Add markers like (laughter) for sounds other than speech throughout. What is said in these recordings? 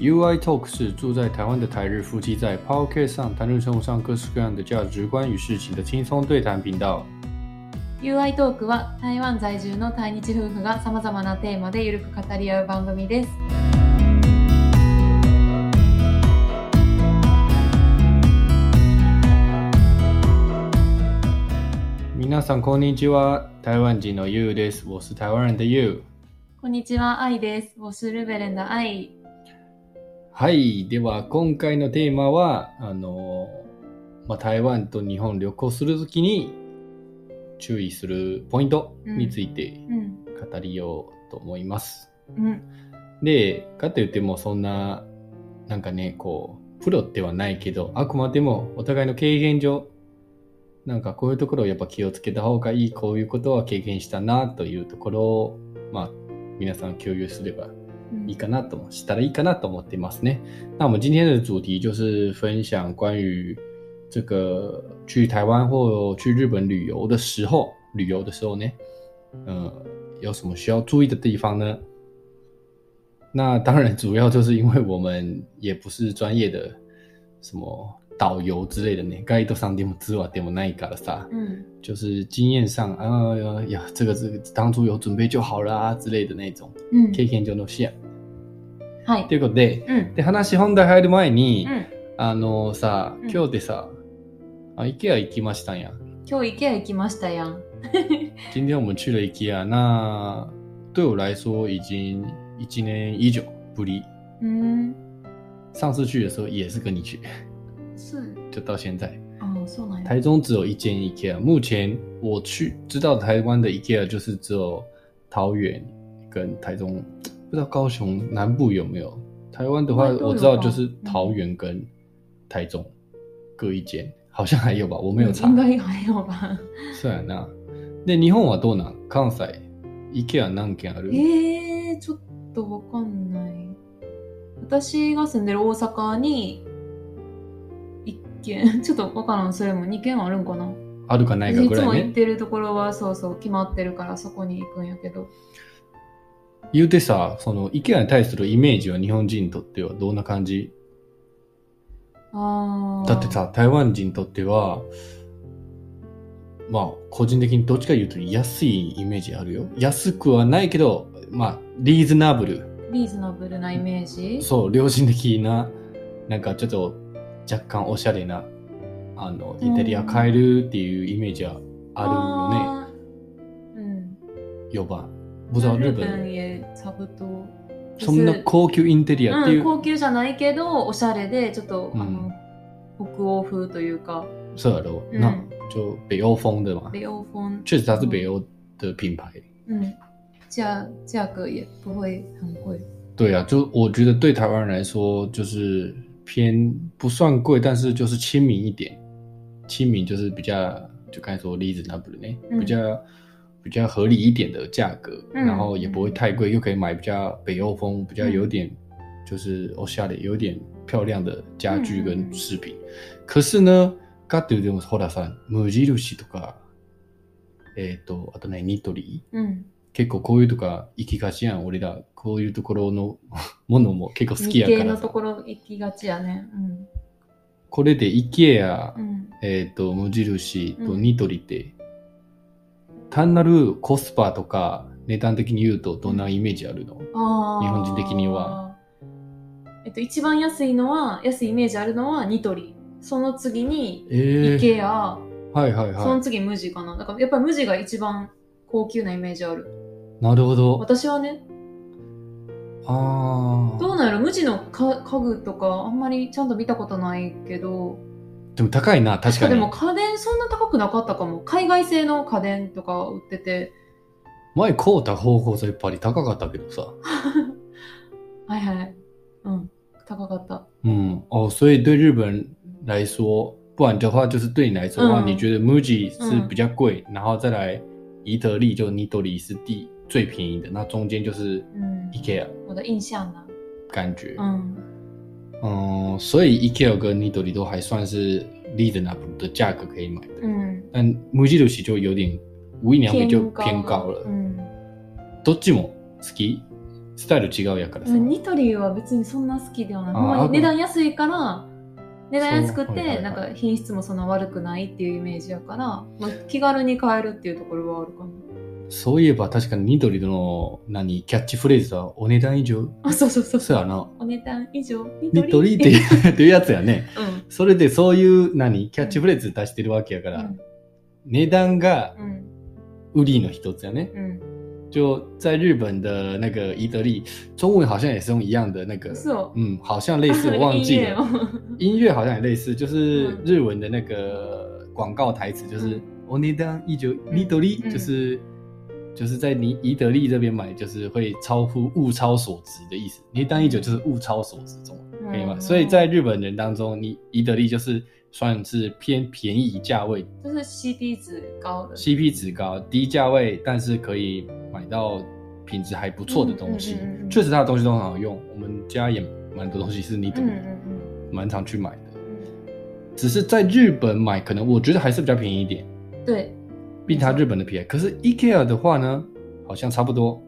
UI Talk 是住在台湾的台日夫妻在 Podcast 上谈论生活上各式各样的价值观与事情的轻松对谈频道。 UI トークは台湾在住の対日夫婦がさまざまなテーマでゆるく語り合う番組です。皆さんこんにちは、台湾人の You です。我是台湾人的 You。こんにちは、愛です。我是ルベレンダ愛。はい、では今回のテーマはあの、まあ、台湾と日本旅行するときに注意するポイントについてうん、語りようと思います。うん、で、かといってもそんな、なんかね、こう、プロではないけど、あくまでもお互いの経験上、なんかこういうところをやっぱ気をつけた方がいい、こういうことは経験したなというところを、まあ、皆さん共有すればうんいいかなと思したらいいかなと思ってますね。那我们今天的主题就是分享关于这个去台湾或去日本旅游的时候，旅游的时候呢，呃，有什么需要注意的地方呢？那当然，主要就是因为我们也不是专业的什么导游之类的呢，ガイドさんでもツアーでもないからさ。うん、就是经验上啊呀，这个这个当初有准备就好啦、之类的那种うん、経験上の視野。はいと。いうことで、うん、で、話本題入る前に、うん、あのさ、うん今日でさ、あ、IKEA 行きましたんや。今日 IKEA 行きましたやん。今天我们去了 IKEA，那对我来说已经一年以久不离。うん、上次去的时候也是跟你去，是、就到现在。あ、そうなんや。台中只有一间 IKEA，目前我去知道台湾的 IKEA 就是只有桃园跟台中，不知道高雄南部有没有。台湾的话，应该都有吧嗯我知道就是桃园跟台中各一间，好像还有吧，我没有查应。该还有吧。そうやな。で、日本はどうなん関西、IKEA 何軒あるえー、ちょっとわかんない。私が住んでる大阪に一軒、 (laughs) ちょっとわからん、それも2軒あるんかな。あるかないかいぐつもらい行っね。てるところはそうそう決まってるからそこに行くんやけど。言うてさ、その IKEA に対するイメージは日本人にとってはどんな感じあーだって。さ、台湾人にとっては、まあ、個人的にどっちか言うと安いイメージあるよ。安くはないけど、まあ、リーズナブル。リーズナブルなイメージそう、良心的な、なんかちょっと若干おしゃれな、あの、イタリア買えるっていうイメージはああるよね。るよね。4番。不うん。知道日日本、本へ差不多。そんな高級インテリアっていうう、ん、嗯高級じゃないけどおしゃれでちょっと、うんあの北欧風というか、そうやろ、うんな、啊就北欧风的嘛。北欧風。确实它是北欧的品牌。嗯，价价格也不会很贵。对啊，就我觉得对台湾人来说，就是偏不算贵，但是就是亲民一点。亲民就是比较，就刚才说 reasonable 呢，嗯比较比较合理一点的价格，嗯然后也不会太贵，又可以买比较北欧风、比较有点、就是欧夏的有点漂亮的家嗯具跟饰品。可是呢，ガッとでもほらさ、無印とか、えっ、とあとねニトリ。うん。結構こういうとか行きがちやん俺らこういうところのものも結構好き日やか系らのさところ行きがちやね。これで IKEA、うん。うん。えっ、と無印とうんニトリって、単なるコスパとか値段的に言うとどんなイメージあるの、ああ。日本人的には。えっと、一番安いのは、安いイメージあるのはニトリ。その次に、えイえケア、はいはいそはの次無地かな。だからやっぱり無地が一番高級なイメージある。いなるほど私はね、あどうあなんやろ、無地のか家具とかあんまりちゃんと見たことないけど、でも高いな確かでにも家電そんな高くなかったかも。海外製の家電とか売ってて、前買うた方向性やっぱり高かったけどさはいはい。うん。高かった。嗯哦，所以对日本人来说，不然的话就是对你来说的话，嗯你觉得 Muji 是比较贵，然后再来宜得利就尼多里是第最便宜的，那中间就是うん。 IKEA 我的印象呢？感觉，嗯嗯所以 IKEA 跟尼多里都还算是 reasonable 的价格可以买的，嗯，但 Muji 的就有点无印良品就偏高高了，嗯，どっちも好き？スタイル違うやからさ。うんニトリは別にそんな好きではなあーい。ほんまあにと値段安いから、値段安くそうはいはいはて、いなんか品質もそんな悪くないっていうイメージやから、まあ、気軽に買えるっていうところはあるかな。 (laughs) そういえば確かにニトリの何キャッチフレーズはお値段以上あ、そうそうそう。そうやな。お値段以上、ニト (laughs) リっていうっていうやつやね。うん。それでそういう何キャッチフレーズ出してるわけやから、値段がうん。売りの一つやね。うん。就在日本的那个伊德利，中文好像也是用一样的那个，嘘。嗯，好像类似，我忘记いい了。よ音乐好像也类似，就是嗯日文的那个广告台词，就是嗯“我那当一九尼德利”，嗯就是就是在尼伊德利这边买，就是会超乎物超所值的意思。尼当一九就是物超所值，中文可以吗？嗯所以在日本人当中，尼伊德利就是算是偏便宜价位就是 CP 值高的。 CP 值高、低价位，但是可以买到品质还不错的东西。嗯嗯嗯嗯确实，它的东西都很好用，我们家也蛮多东西是你う等んうん蛮常去买的。うん只是在日本买，可能我觉得还是比较便宜一点，うん。对。毕竟它日本的便宜。可是 IKEA 的话呢，好像差不多。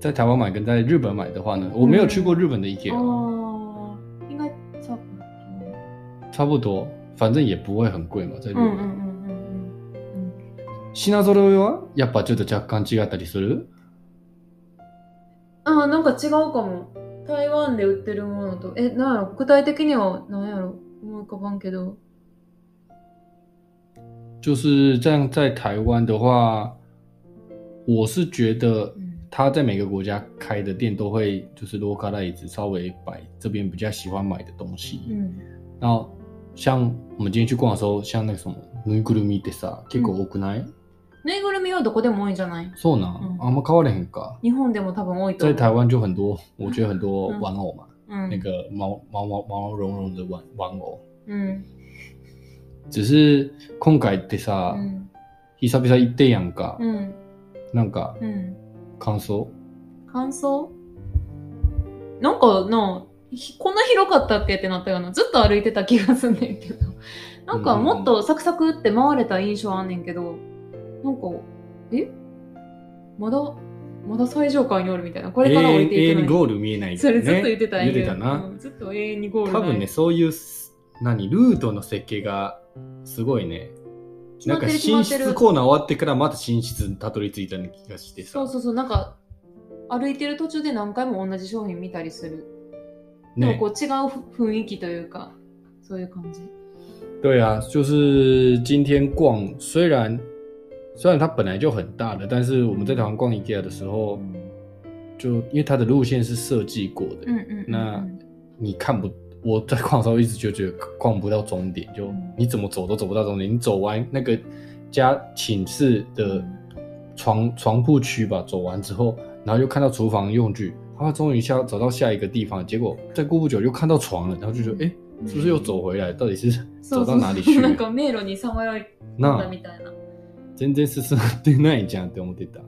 在台湾买跟在日本买的话呢，我没有去过日本的 IKEA，、哦，应该差不多。差不多，反正也不会很贵嘛，在日うん本。うんうんうんうん。品揃えはやっぱちょっと若干違ったりする？あーなんか違うかも。台湾で売ってるものと、え、なんやろ具体的にはなんやろ思い浮かばんけど。就是这样，在台湾的话，我是觉得うん。他在每个国家开的店都会就是罗卡拉椅子稍微摆这边比较喜欢买的东西。うん。然后像我们今天去逛的时候，像那个什么ぬいぐるみってさ、結構多くない？ぬいぐるみはどこでも多いんじゃないそうなん嗯。あんま変わらへんか。日本でも多分多いと在思う。台湾就很多，我觉得很多玩偶嘛，うん。那个毛毛毛毛茸茸的玩玩偶。うん。只是今回ってさう、ん。久々行ってやんか。うん。なんかうん。感想？感想なんかな、ひこんな広かったっけってなったような。ずっと歩いてた気がすんねんけど。 (laughs) なんかもっとサクサクって回れた印象あんねんけど、なんか、えまだ、まだ最上階におるみたいな。これから降りていくの永遠ににゴール見えないそれずっと言ってたんねや言っけてどたな、うんずっと永遠にゴールな多い分ねそういうす何ルートの設計がすごいね決まなんか寝ってる決まって室るコーナー終わってからまた寝室にたどり着いたような気がしてさそうそうそうなんか歩いてる途中で何回も同じ商品見たりする、でねもこう違うふ雰囲気というかそういう感じ对啊就是今天逛虽然虽然它本来就很大的但是我们在台湾逛 IKEA 的时候就因为它的路线是设计过的、うんうんな你看不 (laughs) 我在逛的时候一直就觉得逛不到终点就嗯你怎么走都走不到终点你走完那个家寝室的床床铺区吧，走完之后，然后又看到厨房用具，他终于下找到下一个地方，结果再过不久又看到床了，然后就觉得，哎、是不是嗯又走回来？到底是 (laughs) 走到哪里去 (laughs) な了？んか迷路にさまよい那だみたいな全然進んでないじゃんって思ってた。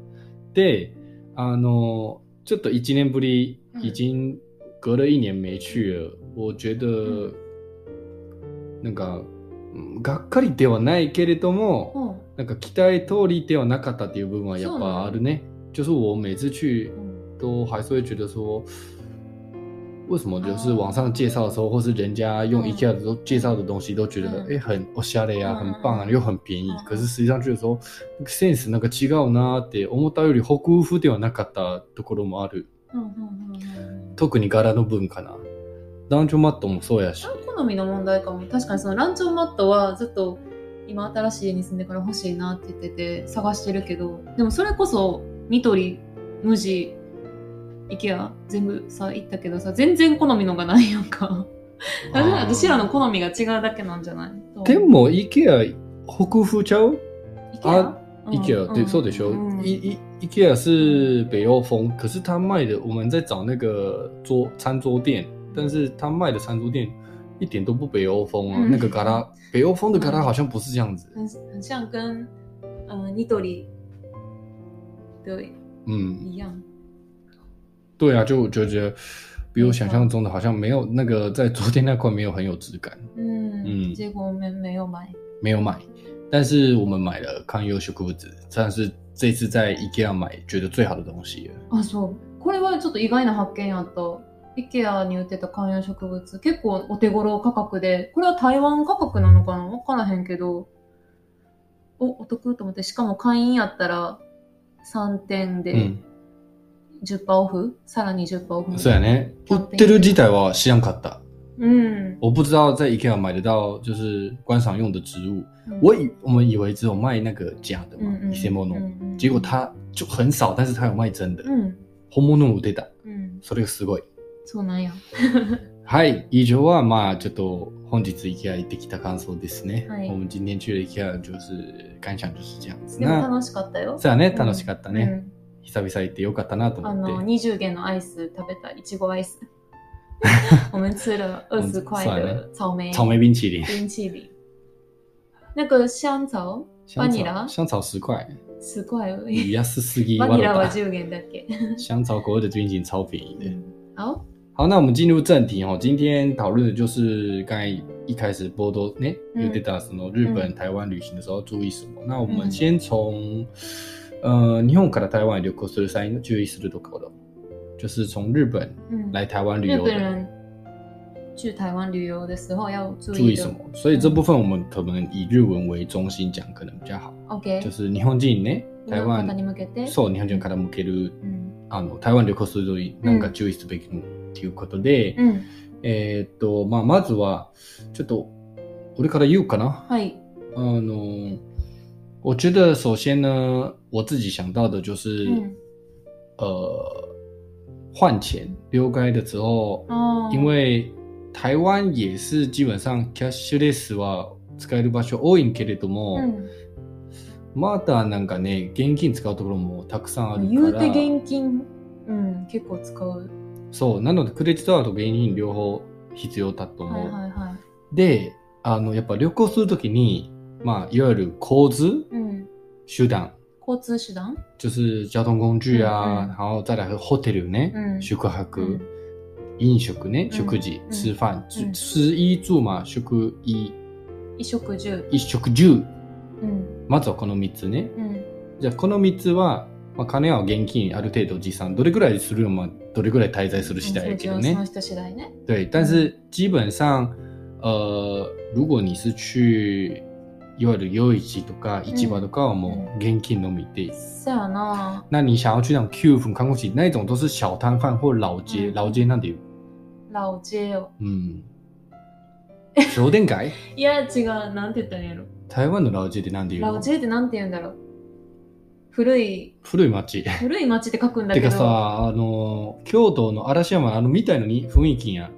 で、あの、ちょっと1年ぶりう、ん已经隔了一年没去了。我觉得ん、なんか、うんがっかりではないけれども、うんなんか期待通りではなかったっていう部分はやっぱあるね。就是我每次去うん都还是会觉得说，为什么就是网上介绍的时候，或是人家用嗯 IKEA 的时候介绍的东西，都觉得哎、嗯诶很哦下的呀，嗯很棒啊，嗯又很便宜嗯。可是实际上去的时候，那个 sense 那个違うなって思ったより北欧ではなかったところもある。うんうんうん特に柄の分かな。男女マットもそうやし。好みの問題かも確かにそのランチョンマットはずっと今新しい家に住んでから欲しいなって言ってて探してるけどでもそれこそニトリ無地 IKEA 全部さ行ったけどさ全然好みのがないや (laughs) んかあー私らの好みが違うだけなんじゃないでも IKEA 北欧ちゃう？ IKEA? うん IKEA 对，そうでしょうん。一一 IKEA 是北欧风，可是他卖的，我们在找那个桌餐桌店，但是他卖的餐桌店一点都不北欧风啊。嗯那个嘎啦，北欧风的嘎啦嗯好像不是这样子。很很像跟呃ニトリ对嗯，一样对啊，就我就觉得比我想象中的好像没有那个在桌垫那块没有很有质感，嗯嗯结果我们没有买没有买。但是我们买了康优秀裤子，算是这次在 IKEA 买觉得最好的东西了。あそうこれはちょっと意外な発見やった。IKEA に売ってた観葉植物、結構お手頃価格で、これは台湾価格なのかなわからへんけど、お、お得と思って、しかも会員やったら3う点でん。 10%オフ、さらに10%オフみそうやたいな。ね。キ売ャっンペーンてる自体は知らんかった。嗯，我不知道在 IKEA 买得到就是观赏用的植物，嗯我以我们以为只有卖那个假的嘛嗯，嗯一些 mono，嗯嗯结果它就很少，但是它有卖真的。嗯本物の売ってた。うんそれがすごい。そうなんやはい、以上はまあちょっと本日 IKEA 行ってきた感想ですね。はい我们今天去了 IKEA 就是感想就是这样子。でも那楽しかったよそうやね、ん楽しかったね。うん久々行ってよかったなとあ思って。の20元のアイス食べたいちごアイス (laughs) 我们吃了二十块そうや的草莓草莓冰淇淋，冰淇淋那个香草香バニラ草香草十块，すごいよ与亚斯斯基バ瓦ニラ罗は达， 10元だっけ香草国外的冰淇淋超便宜的。好好，那我们进入正题哦。今天讨论的就是刚才一开始波多呢嗯有提到什么日本、嗯台湾旅行的时候注意什么？那我们嗯先从、呃日本から台湾へ旅行する際の注意するところ，就是从日本うん来台湾旅日游本的人去台湾旅游的时候要注注意意什的么？所以这部分我们可能以日文为中心讲可能比较好。 OK 就是日本人ね日台本の方に湾向けてそう日本人から向けるうんあの台湾旅行するのになんか注意すべきものっていうことで。うんえーっと、まあ、まずは、ちょっと、俺から言うかな。はいあの、我觉得首先呢，我自己想到的就是，うん呃，换钱溜该的时候，あー因为台湾也是基本上 cashless は使える場所多いけれども、うんまだなんかね、現金使うところもたくさんある言うから、て現金、うん、結構使う。そう、なのでクレジットカードと現金両方必要だとはい思う。はいはで、あの、やっぱ旅行するときに、まあ、いわゆる交通い。うん。手段、交通手段就是交通工具うんう啊ん、然后再来ホテルねう、ん宿う泊ん、飲食ね、ん食事、うん吃飯、う吃ん吃衣住嘛、食衣、衣食住。衣食住。うん。まずはこの3つね。うん。じゃあ、この3つは、まあ、金は現金ある程度持参。どれくらいするのも、どれくらい滞在する次第やけどね。その人次第ね。对，但是基本上，呃，如果你是去いわゆる夜市とか市場とかはもう現金のみで。そやな。那你想要去那种 Q 粉看过去，那一种都是小摊贩或老街，嗯老街那里，ラオジェよ。 (laughs) 嗯，商店街，いや、違う。なんて言ったらいいんやろ。台湾の老街ってなんていうラオの？ジェってなんて言うんだろう。古い、古い町。古い町って書くんだてけかど。さ、あの京都の嵐山のあのみたいのに雰囲気やん。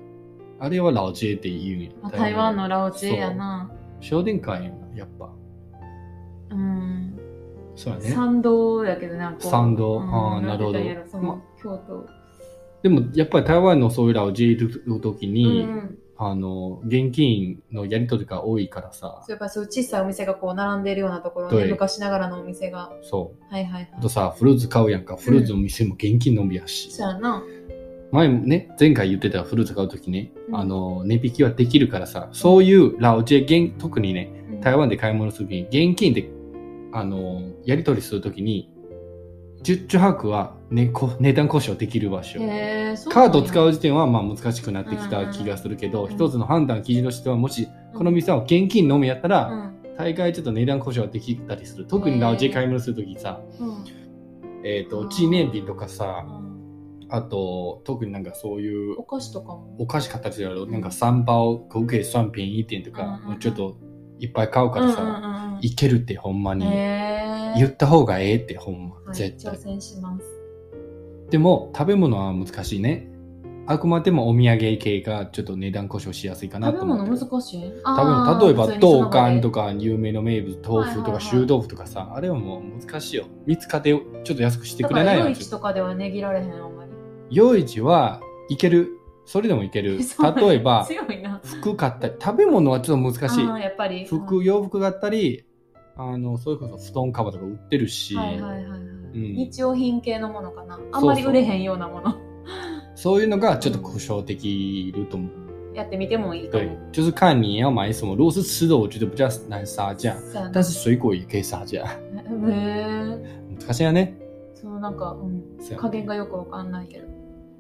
あれは老街って言うんやあ。台湾のラオジェやな。商店街やんやっぱ。うん。そうやね。参道やけどね、あっこ参道うんあーんて言ったらいいんやろそなるの京都。でもやっぱり台湾のそういうラウジいる時うに、ん。あの現金のやり取りが多いからさそうやっぱそういう小さいお店がこう並んでるようなところね、对昔ながらのお店が。そはいはいはい。うあとさフルーツ買うやんかフルーツの店も現金のみやし、そうやな。前もね前回言ってたフルーツ買う時ね、うんあの値引きはできるからさそういうラウジェ現特にねうん台湾で買い物する時に現金であのやり取りする時に十中八九は、ね、こ値段交渉できる場所へえそうカードを使う。う時点はまあ難しくなってきた気がするけど、うん一つの判断基準としてはもしこの店は現金のみやったら、うん。大概ちょっと値段交渉ができたりする特にラウジェ買い物するときさ、うん。えっとあー記念日とかうさんあと特になんかそういうお菓子とかも。お菓子買ったりするやろ、うんなんか3包合計算便宜点とか、うんうんうんちょっといっぱい買うからさ、うんうんいけるってほんまうん。に、へえ言った方がええってほんま、はい絶対挑戦します。でも食べ物は難しいねあくまでもお土産系がちょっと値段交渉しやすいかな食べと思って物る難しい多分例えば豆干とか。か有名な名物豆腐はいとはいはかい臭豆腐とかさあれはもう難しいよ見つかってちょっと安くしてだくかれら、ない夜の市とかではねぎられへん、あんまり。夜市はいけるそれでもいける (laughs) そう例えば強いな。服買ったり食べ物はちょっと難しあーいやっぱり。服洋服だったりあのそれこそ布団カバーとか売ってるし、はいはいはいはい。ん日用品系のものかな。あんまり売れへんようなもの。そういうのがちょっと故障できると思うやってみてもいいか对も。，就是看你要买什么。如果是吃的，我觉得比较难杀价，そうやな但是水果也可以杀价。へえ。難しいよね。そうなんか、うん、这样加減がよくわかんないけど。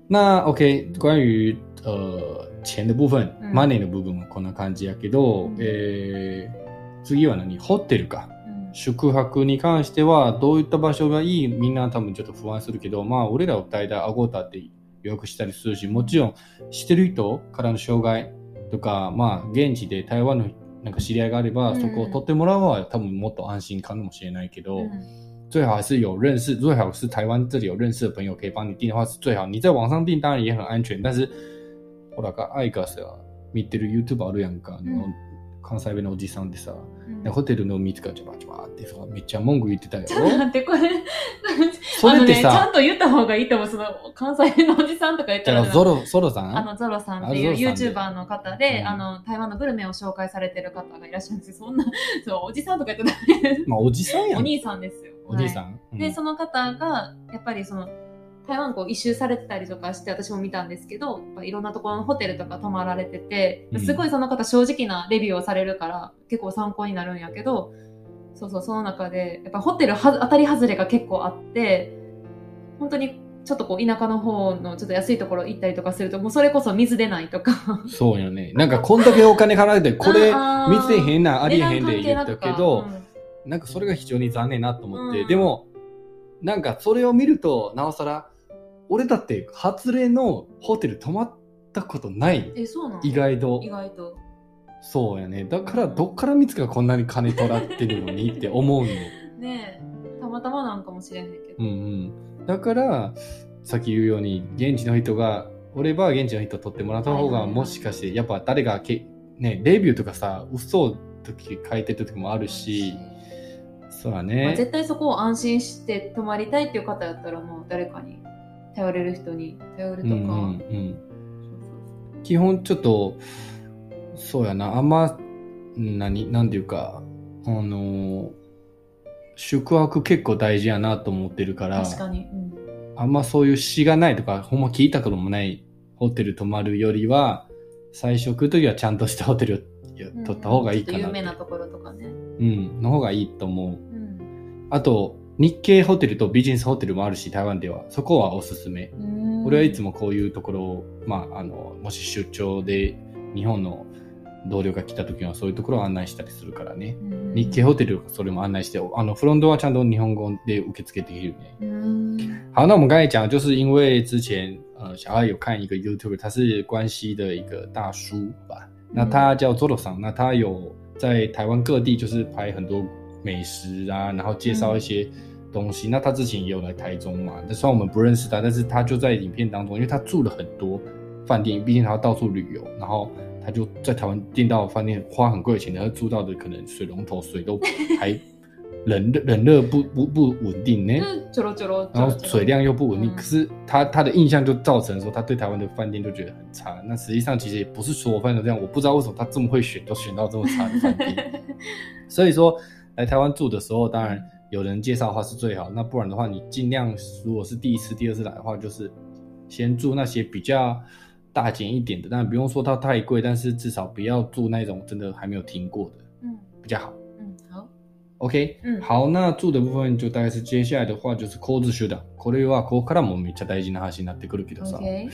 那 OK，关于呃钱的部分、うん money の部分はこんな感じやけど、うんえー次は何ホテルか。うん宿泊に関してはどういった場所がいいみんな多分ちょっと不安するけど、まあ俺らを大体アゴータって予約したりするし、もちろんしてる人からの障害とか、まあ現地で台湾のなんか知り合いがあれば、うんそこを取ってもらうは多分もっと安心かもしれないけど、うん最好还是有认识，最好是台湾这里有认识的朋友可以帮你订的话是最好。你在网上订当然也很安全，但是ほらが愛がさ見てる YouTube あるやんか、あのうん関西弁のおじさんでさ、うんでホテルの蜜がジャバジャバってさめっちゃ文句言ってたよちょっと待って、これ、それってあのね、ちゃさ、んと言った方がいいと思う。その、関西弁のおじさんとか言っじたゃらあ、ゾロゾロさあんの、ゾロさんっていうあゾロさん YouTuber の方で、うんあの、台湾のグルメを紹介されてる方がいらっしゃるんですよ。そんな、そう、おじさんとか言ってないまあおじさんやおん兄さんですよ。おじさはん、いうんで、その方が、やっぱりその、台湾こう一周されてたりとかして、私も見たんですけど、やっぱいろんなところのホテルとか泊まられててう、んすごいその方正直なレビューをされるから、結構参考になるんやけど、そうそう、その中で、やっぱホテルは当たり外れが結構あって、本当にちょっとこう田舎の方のちょっと安いところ行ったりとかすると、もうそれこそ水出ないとか。そうよねなんかこんだけお金払ってこ (laughs) れ見てへん、んなんありえへんで値言段関係なっくたかけど、うんなんかそれが非常に残念なと思って、うんでもなんかそれを見るとなおさら俺だって外れのホテル泊まったことないえ、そうなの意外と意外と。そうやねだからどっから蜜がこんなに金取らってるのにって思うんよねえたまたまなんかもしれへんけど。うんうん、だからさっき言うように現地の人がおれば現地の人取ってもらった方はいはいがはいもしかしてやっぱ誰がけ、ね、レビューとかさ嘘を時書いてる時もあるしそうだまあ、ね絶対そこを安心して泊まりたいっていう方やったらもう誰かに頼れる人に頼るうとんか、うんうん、基本ちょっとそうやなあんま何何ていうかあのー宿泊結構大事やなと思ってるから確かに、うんあんまそういう詩がないとか、ほんま聞いたこともないホテル泊まるよりは、最初来るときはちゃんとしたホテルを取った方がいいかちょっとな有名なって。ところとかね、うん、の方がいいと思う。うん、あと、日系ホテルとビジネスホテルもあるし、台湾では。そこはおすすめ。うん俺はいつももこういうところを、まあ、あの、もし出張で日本の同僚が来た時はそういうところを案内したりするからね。日系ホテル、それも案内して、あの、フロントはちゃんと日本語で受け付けているよね。うん好，那我们刚才讲，就是因为之前呃，小爱有看一个 YouTube，他是关西的一个大叔吧，嗯那他叫 Zoro 桑，那他有在台湾各地就是拍很多美食啊，然后介绍一些东西。那他之前也有来台中嘛，那虽然我们不认识他，但是他就在影片当中，因为他住了很多饭店，毕竟他要到处旅游，然后他就在台湾订到饭店花很贵的钱，然后住到的可能水龙头水都还 (laughs) 冷热冷热不不不稳定呢。就是ちょろちょろちょ然ろ后水量又不稳定，嗯可是他他的印象就造成说他对台湾的饭店就觉得很差。那实际上其实也不是所有饭店都这样，我不知道为什么他这么会选，都选到这么差的饭店。 (laughs) 所以说来台湾住的时候，当然有人介绍的话是最好，那不然的话你尽量如果是第一次、第二次来的话，就是先住那些比较大间一点的，但不用说它太贵，但是至少不要住那种真的还没有听过的嗯比较好。嗯好 OK，うん好，那住的部分就大概是接下来的话就是交通手段。これはここからもめっちゃ大事な話になってくるけどさ、 OK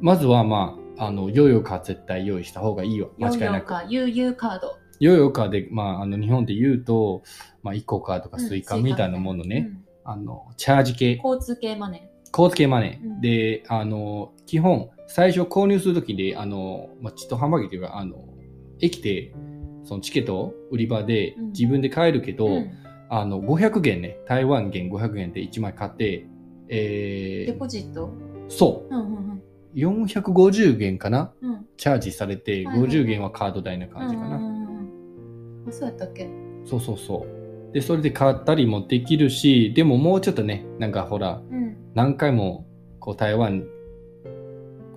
まずはまああのヨーヨーカー絶対用意した方がいいわ、間ヨ違いーヨなーく。カー UU カードヨーヨーカーでまああの日本で言うとまあイコカーとかスイカみたいなものね、、あのチャージう系ん、交通系マネ交通系マネうんーで、あの基本最初購入するときであのまあちとハンバーグというかあの駅でそのチケット売り場でうん自分で買えるけーど。あの、500元ね、台湾元500元で1枚買って、えデーポ、ジットそうんうんう、450元かなうんうんチャージされて、はいはい50元はカード代な感じかうんな。うんうんあそうやったっけそうそうそう。で、それで買ったりもできるし、でももうちょっとね、なんかほら、うん何回もこう台湾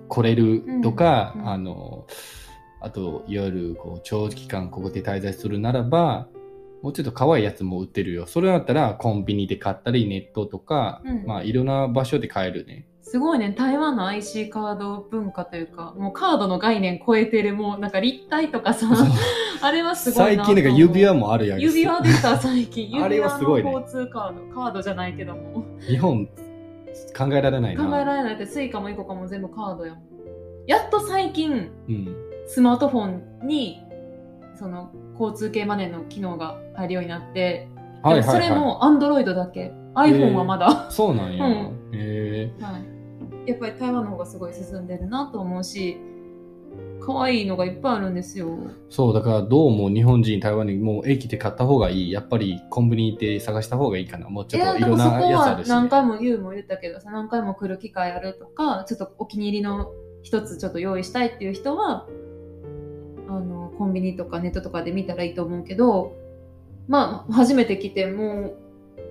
来れるとか、うんうんあのあといわゆるこう長期間ここで滞在するならばもうちょっと可愛いやつも売ってるよそれだったらコンビニで買ったりネットとか、うんまあいろんな場所で買えるねすごいね、台湾の IC カード文化というか、もうカードの概念超えてる、もうなんか立体とかさ、あれは (laughs) すごい最なと思う。近なんか指輪もあるやん。指輪出た最近。 (laughs) あれ指輪はすごいねの交通カード、カードじゃないけども。日本考えられないな。考えられないって、スイカもイコカも全部カードやもん。やっと最近、うん。スマートフォンに、その、交通系マネーの機能が入るようになって、ではいはい、はもい。それも Android だけ。iPhone はまだ。そうなんや。うへえ。はい。やっぱり台湾の方がすごい進んでるなと思うし、可愛いのがいっぱいあるんですよ。そう、だからどうも日本人、台湾にもう駅で買った方がいい。やっぱりコンビニで探した方がいいかな。もうちょっといやろんでもなやつあそこるはし、何回も言うも言ったけどさ何回も来る機会あるとかちょっとお気に入りの一つちょっと用意したいっていう人はあのコンビニとかネットとかで見たらいいと思うけどまあ初めて来ても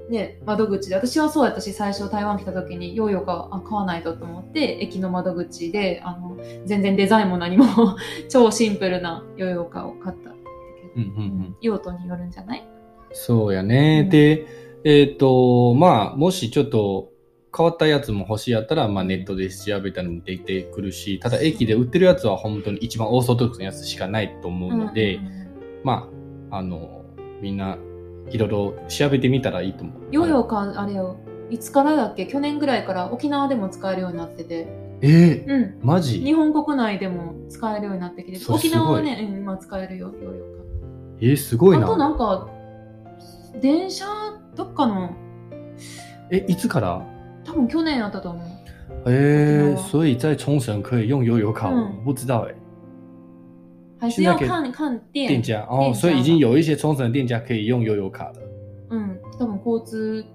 うね窓口で私はそうやったし最初台湾来た時にヨーヨーかあ買わないとと思って駅の窓口であの全然デザインも何も超シンプルなヨーヨーかを買った、うんうんうん。用途によるんじゃないそうやね。うんで、えっ、と、まあ、もしちょっと変わったやつも欲しいやったら、まあネットで調べたりもできてくるし、ただ駅で売ってるやつは本当に一番オーソドックスなやつしかないと思うので、うんうんうんまあ、あの、みんな、いろいろ調べてみたらいいと思う。ヨーヨーか、あれよ。いつからだっけ去年ぐらいから沖縄でも使えるようになってて。えー、うん。マジ日本国内でも使えるようになってきてそれ沖縄はね、うん、今使えるよ、ヨーヨーえー、すごいか。あな。となんか、電車、どっかの、え，いつから？多分去年やったと思う。え，沖縄所以在冲绳可以用悠游卡，嗯我不知道哎。还是现在要可以看看店。店家哦，店家所以已经有一些冲绳店家可以用悠游卡了。うん。多分交通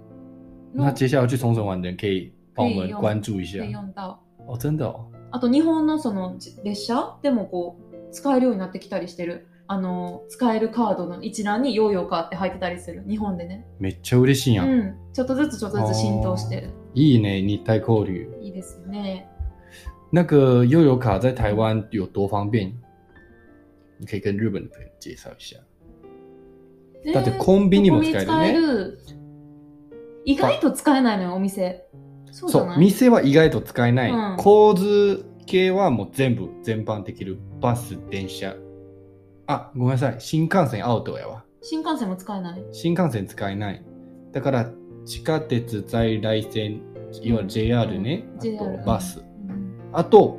那の接下来去冲绳玩的人可以帮我可以们用关注一下で読んだ。哦，真的哦。あと日本のそのじ列車でもこう使えるようになってきたりしてる。あの使えるカードの一覧にヨーヨーカーって入ってたりする日本でね、めっちゃ嬉しいや。うんん、ちょっとずつちょっとずつ浸透していいね，日台交流。いいですよね那个悠游卡在台湾有多方便？你可以跟日本的朋友介绍一下。ねだってコンビニも使えるねコンビニ使える意外と使えないのよお店そうじそゃうな、い店は意外と使えない。うん構図系はもう全部、全般できる。バス、電車。あ、ごめんなさい。新幹線アウトやわ。新幹線も使えない新幹線使えない。だから、地下鉄、在来線、いわゆる JR ね。うんあ JR と、バス。うんあと、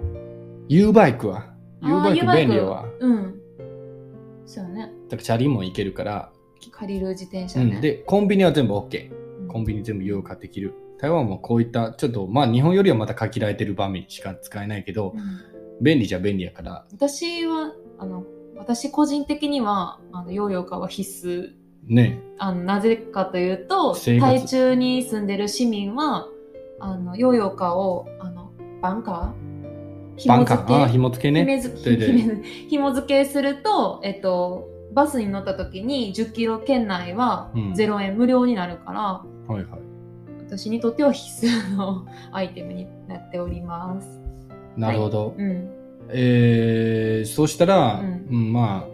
U バイクは。あ U バーイ U クバイ便ク利やわ。だうんそうよねから、チャリも行けるから。借りる自転車うね、ん。で、コンビニは全部 OK。うんコンビニ全部用化できる。台湾もこういった、ちょっと、まあ、日本よりはまた限られてる場面しか使えないけど、うん便利じゃ便利やから私はあの私個人的にはあのヨーヨーカーは必須ねあのなぜかというと生活台中に住んでる市民はあのヨーヨーカーをあのバンカーバン紐カ付けーあ紐付けね姫づでで姫づ紐付けすると、えっと、バスに乗った時に10キロ圏内はうん0円無料になるから、はいはい私にとっては必須のアイテムになっております。なるほど、うん、えー、そうしたら、ううんんまあ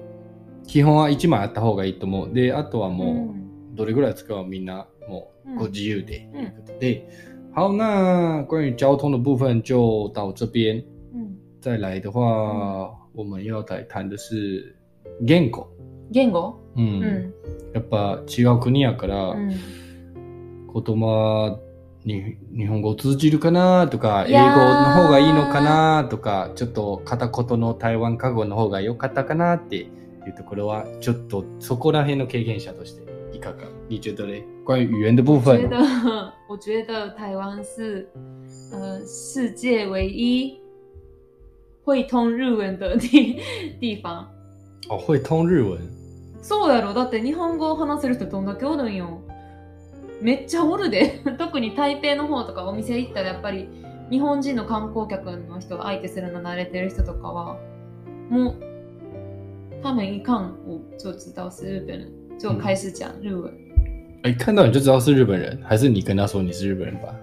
基本は1枚あった方がいいと思うであとはもう、うどれぐらい使うかはみんなもううんご自由で、ということで好那关于交通的部分就到这边ん、うん、再来的话、我们要来谈的是言語言語、う、うんんやっぱ違う国やから、うん言葉に日本語通じるかなとか英い語やーの方がいいのかなとかちょっと片言の台湾加護の方が良かったかなっていうところはちょっとそこら辺の経験者としていかが你觉得嘞关于语言的部我觉分得，我觉得台湾是呃世界唯一会通日文的地地方。あ会通日文そうやろだって日本語を話せる人どんだけおるんよ。めっちゃおるで特に台北の方とかお店行ったらやっぱり日本人の観光客の人相手するの慣れてる人とかはもう他们一看我就知道是日本人就开始讲日文。哎看到你就知道是日本人还是你跟他说你是日本人吧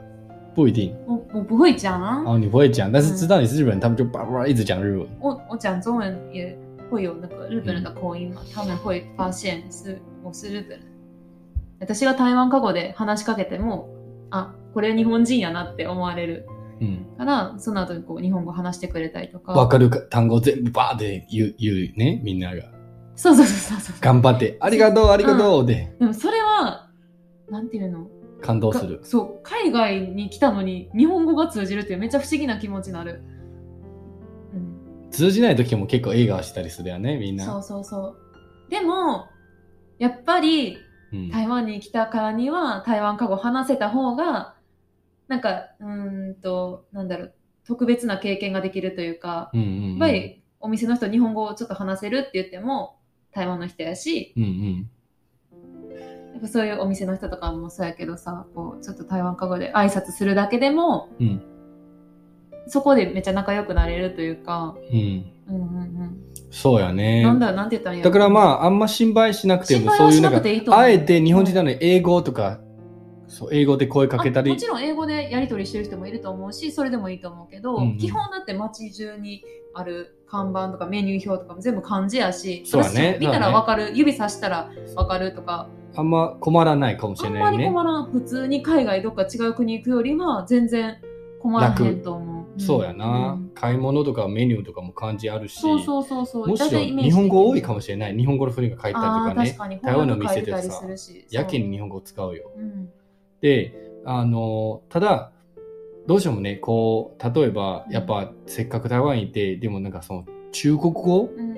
不一定我我不会讲啊。哦你不会讲但是知道你是日本人他们就叭叭一直讲日文我我讲中文也会有那个日本人的口音嘛，他们会发现是我是日本人。私が台湾過去で話しかけても、あ、これ日本人やなって思われるうんから、その後にこう日本語話してくれたりとか。わかる単語全部バーって言う言うねみんながそうそうそうそうそう頑張って、ありがとう、ありがとうででもそれはなんていうの感動するが。そう海外に来たのに日本語が通じるってめっちゃ不思議な気持ちになる、うん、通じない時も結構映画したりするよね、みんな。そうそうそうでもやっぱりうん台湾に来たからには台湾語を話せた方がなんかうーんとなんだろう特別な経験ができるというかうんうんうんやっぱりお店の人日本語をちょっと話せるって言っても台湾の人やしうんうんやっぱそういうお店の人とかもそうやけどさこうちょっと台湾語で挨拶するだけでも、うんそこでめっちゃ仲良くなれるというか、うん。うんうんうんそうやね。なんだなんて言ったらいいんやだろからまあ、あんま心配しなくて心も、配そういはうしななんかく、ていいと思うあえて日本人なのに英語とか、そう英語で声かけたありもち、ろん英語でやり取りしてる人もいると思うしそれでもいいと思うけど、うんうん基本だって街中にある看板とかメニュー表とかも全部漢字やしそうだね私見たらわかる、指さしたらわかるとかあんま困らないかもしあれんなまいりね。困らん普通に海外どっか違う国行くよりは全然困らへんと思う、んそうやな、ん買い物とかメニューとかも漢字あるし、そうそうそうそうむしろ大体イメージ日本語多いかももしれない。日本語の振りが書いたりとあかー確ね、かに台湾の翻訳書いてたり店すでるしやけそうに日本語使うよ。うんで、あの、ただ、どうしてもね、こう、例えば、やっぱ、せっかく台湾にいて、でもなんかその、中国語うん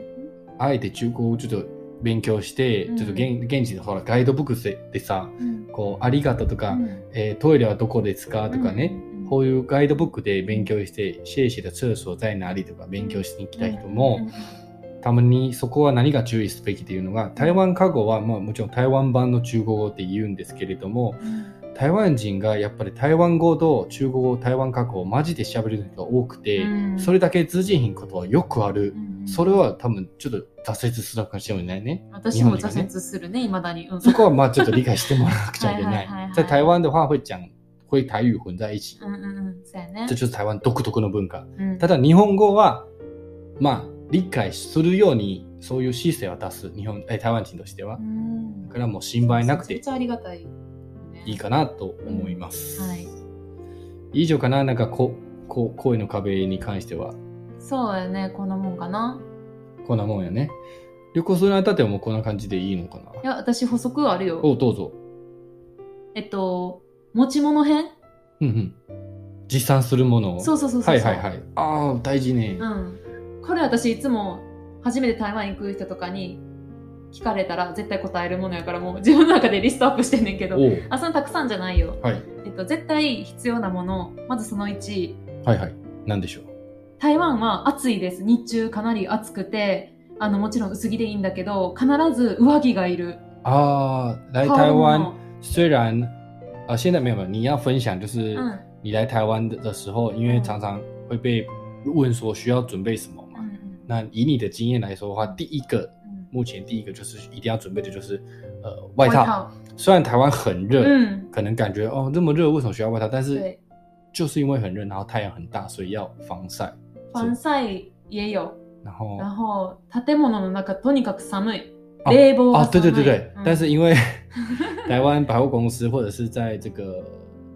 あえて中国語をちょっと勉強して、うんちょっと現現地のほら、ガイドブックスでさ、うんこう、ありがとうとか、うんえートイレはどこですかとかね、うんこういうガイドブックで勉強して、シェイシェ的厕所在哪里とか勉強しに来た人も、うんたまにそこは何が注意すべきというのが、台湾過語は、まあもちろん台湾版の中国語って言うんですけれども、台湾人がやっぱり台湾語と中国語、台湾過去をマジで喋る人が多くて、うんそれだけ通じひんことはよくある。うんそれは多分ちょっと挫折するかもしれないね。私も挫折するね、いまだに。うんそこはまあちょっと理解してもらわなくちゃいけな。はいはいはいはいい在台湾的话会讲会台语混在一起，うんうんうん、そうやね这。就是台湾独特の文化。うんただ日本語はまあ理解するようにそういう姿勢は出す日本え台湾人としてはう。んだからもう心配なくめてっちゃありがたいよね。いいかなと思います。はい。以上かななんかここ声の壁に関してはそうやね、こんなもんかな。こんなもんやね。旅行するにあたってはもうこんな感じでいいのかいな。や、私補足あるよ。おどうぞ。えっと、持ち物編うんうん。持参するものを。そううそうそうそう。はいはいはい。ああ、大事ね。うん。これ私いつも初めて台湾行く人とかに聞かれたら絶対答えるものやからもう自分の中でリストアップしてんねんけど。おうあ、そんなたくさんじゃないよ。はい。えっと、絶対必要なもの、まずその1、はいはい。なんでしょう。台湾は暑いです日中かなり暑くてあのもちろん薄着でいいんだけど必ず上着がいる啊，来羽織台るも湾の虽然啊、呃现在没有没有，你要分享就是嗯你来台湾的的时候，因为嗯常常会被问说需要准备什么嘛。うん那以你的经验来说的话，第一个うん目前第一个就是一定要准备的就是呃外外套。虽然台湾很热，うん可能感觉哦这么热为什么需要外套？但是对就是因为很热，然后太阳很大，所以要防晒。防晒也有然后然后建物の中とにかく寒いあ冷房が啊，寒对い对对对，うん但是 (laughs) 因为台湾百货公司或者是在这个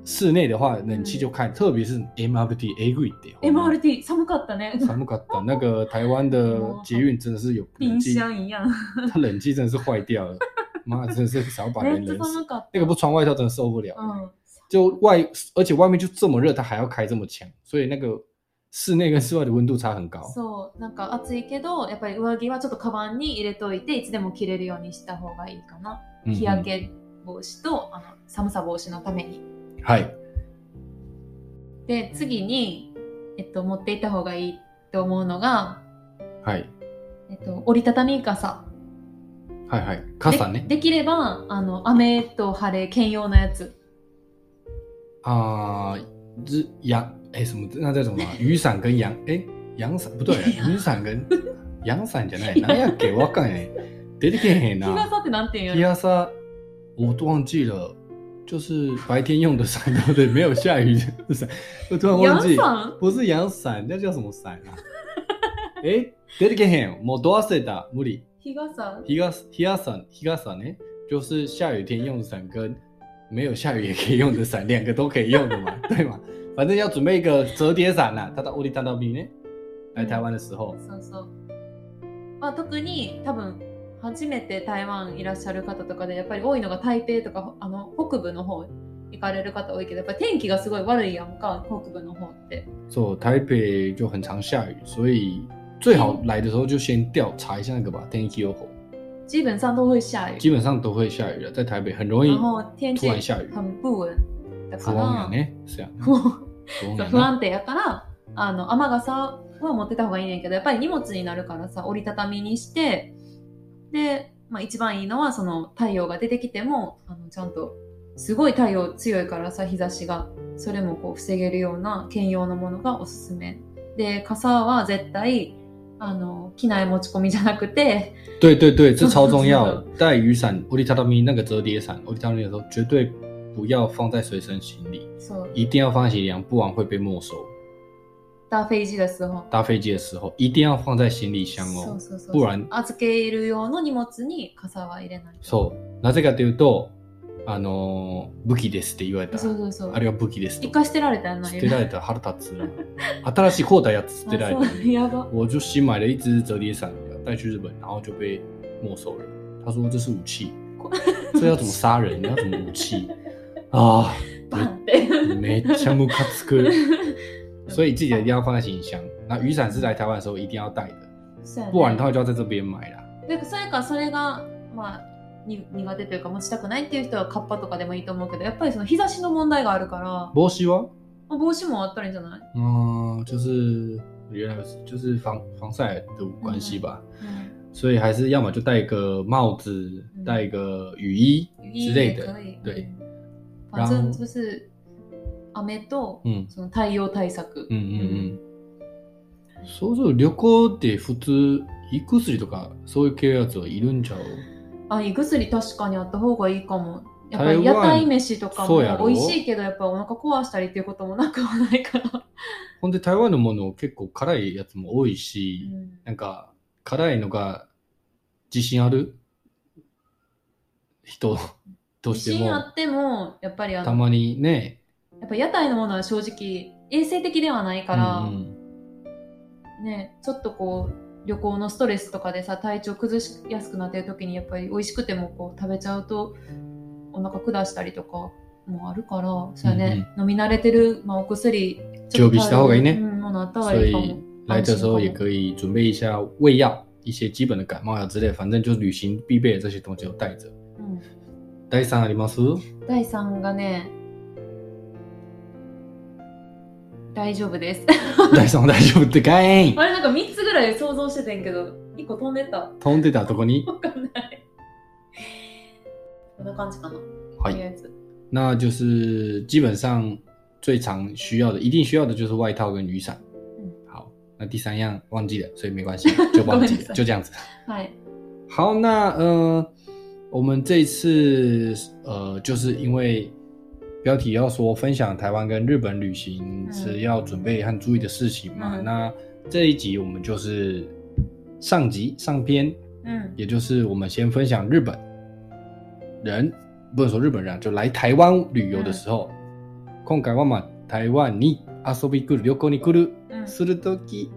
室内的话，冷气就开，嗯特别是 MRT A 贵的 MRT 寒かったね寒かった。那个台湾的捷运真的是有冷冰气，箱 (laughs) 一样它冷气真的是坏掉了，妈真的是想要把め人っちゃ冷死。寒かった那个不穿外套真的受不了。うん就外，而且外面就这么热，它还要开这么强，所以那个室内跟室外的温度差很高。そうなんか暑いけどやっぱり上着はちょっとカバンに入れといていつでも着れるようにした方がいいかな嗯日嗯焼け防止とあの寒さ防止のためにはい。で次に、えっと、持っていった方がいいと思うのが、はい。えっと、折りたたみ傘はいはい。傘ね。でできればあの雨と晴れ兼用のやつ啊、日阳哎什么？那叫什么？雨伞跟阳哎阳伞不对，雨伞跟阳伞じゃない。何やっけ？わかんない。出てけへん日な。傘ってなんていうん日やろ傘，我都忘记了，就是白天用的伞，对不对？没有下雨的伞，我突然忘陽记，傘不是阳伞，那叫什么伞啊？ (laughs) 哎，出てけへん。もうどうせだ。無理。日傘日傘日傘日傘呢，eh？就是下雨天用的伞跟没有下雨也可以用的伞，两个都可以用的嘛， (laughs) 对吗？反正要准备一个折叠伞啊呐、它到欧力欸大道比呢，来台湾的时候，そうそう、まあ、特に多分初めて台湾いらっしゃる方とかでやっぱり多いのが台北とかあの北部の方行かれる方多いけどやっぱ天気がすごい悪いやんか北部の方ってそう，台北就很常下雨，所以最好来的时候就先调查一下那个吧，天气预报，基本上都会下雨基本上都会下雨的，在台北很容易然后哦天突气然下雨。啊欸很不稳だ不か安やらね。そうやな。もう不安や (laughs) そう不な。安定やからあの雨傘は持ってた方がいいねんけどやっぱり荷物になるからさ折りたたみにしてで、まあ、一番いいのはその太陽が出てきてもあのちゃんとすごい太陽強いからさ日差しがそれもこう防げるような兼用のものがおすすめで傘は絶対あの機内持ち込みじゃなくて对对对，这超重要不的。带雨伞、折りたたみ那个折叠伞、折りたたみ的时候，绝对不要放在随身行李，そう一定要放在行李箱，不然会被没收。ダーフェイジですほ搭飞机的时候一定要放在行李箱そ哦う。そうそう不然預ける用の荷物に傘は入れないそう。なぜかというと、あのー武器ですって言われたらそうそうそうあれは武器ですと一。回捨てられたやんな捨てられたら腹立つな。新しい買うたやつ捨てられあたそ。うやば我就新买了一只折叠伞，带去日本，然后就被没收了。他说这是武器，这要怎么杀人？要怎么武器啊？バンって。没枪木卡斯克， (laughs) 所以自己一定要放在行李箱。那雨伞是来台湾的时候一定要带的，そうやね不然的话就要在这边买啦。でそれかそれが、まあ、に苦手というか持ちたくないっていう人はカッパとかでもいいと思うけどやっぱりその日差しの問題があるからま波西哦，あ帽子もあったらいいんじゃない、嗯，就是原来就是防防晒的关系吧，所以还是要么就戴一个帽子，嗯戴一个雨衣之类的いい。对，反正然后就是雨と嗯その太陽対策、うんうんうん。そうそう、旅行って普通、胃薬とかそういう系のやつはいるんちゃうあ胃薬確かにあった方がいいかもやっぱり台屋湾台飯とかそうやろも美味しいけどやっぱお腹壊したりっていうこともなくはない (laughs) から、ほんで台湾のもの結構辛いやつも多いうし、んなんか辛いのが自信ある人と自して信あも、ってもやっぱりあたのまにね、やっぱ屋台のものは正直衛生的ではないから、うんね、ちょっとこう旅行のストレスとかでさ体調崩しやすくなってる時にやっぱり美味しくてもこう食べちゃうとお腹下したりとかもあるからそうやね、飲み慣れてる、まあ、お薬常備した方がいいねうん、ものあった方が所いい以かも。来的时候也可以准备一下胃药、一些基本的感冒药之类，反正就是旅行必备的这些东西都带着。うん、第三あります第3がね大丈夫です。第三大丈夫ってかいあれなんか3つぐらい想像しててんけど1個飛んでた。飛んでたとこに。わかんない。こんな感じかな。はいとりあえず。那就是基本上最常需要的，一定需要的就是外套跟雨伞。嗯，好，那第三样忘记了，所以没关系，就忘记不好意 (laughs) 思了，就这样子。はい。好，那呃，我们这一次呃，就是因为标题要说分享台湾跟日本旅行嗯时要准备和注意的事情嘛，嗯那这一集我们就是上集上篇うん。也就是我们先分享日本人，不能说日本人啊，就来台湾旅游的时候，今回はまあ台湾に遊びに来る旅行に来るうん。するとき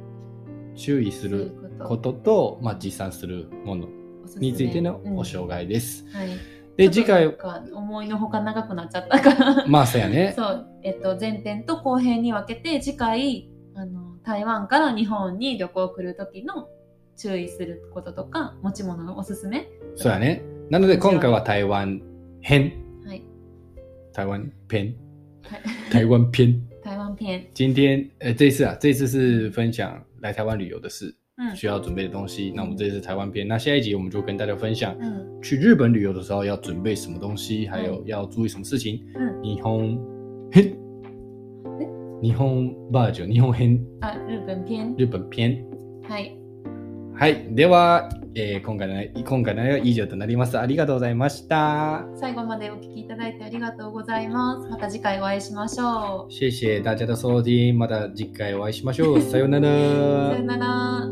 注意することと、まあ実際するものについてのお正紹介です。はい。で次回ちょっとなんか思いのほか長くなっちゃった (laughs) から。まあそうやね。 (laughs) そう。えっと、前編と後編に分けて、次回、あの、台湾から日本に旅行来る時の注意することとか、持ち物のおすすめ。そうやね。なので今回は台湾編、はい。台湾篇、はい台湾 (laughs) 篇。台湾編。今天呃这一次啊，这一次是分享来台湾旅游的事。うん。需要准备的东西。那我们这次台湾篇，那下一集我们就跟大家分享うん。去日本旅游的时候要准备什么东西，还有要注意什么事情。嗯霓虹，嘿，霓虹バージョン、日本編、あ、ルーブン編。日本篇。はい。はい、では、えー今回の今回の内容は以上となります。ありがとうございました。最後までお聞きいただいてありがとうございます。また次回お会いしましょう。谢谢大家的收听，また次回お会いしましょう。さようなさらよ。なら。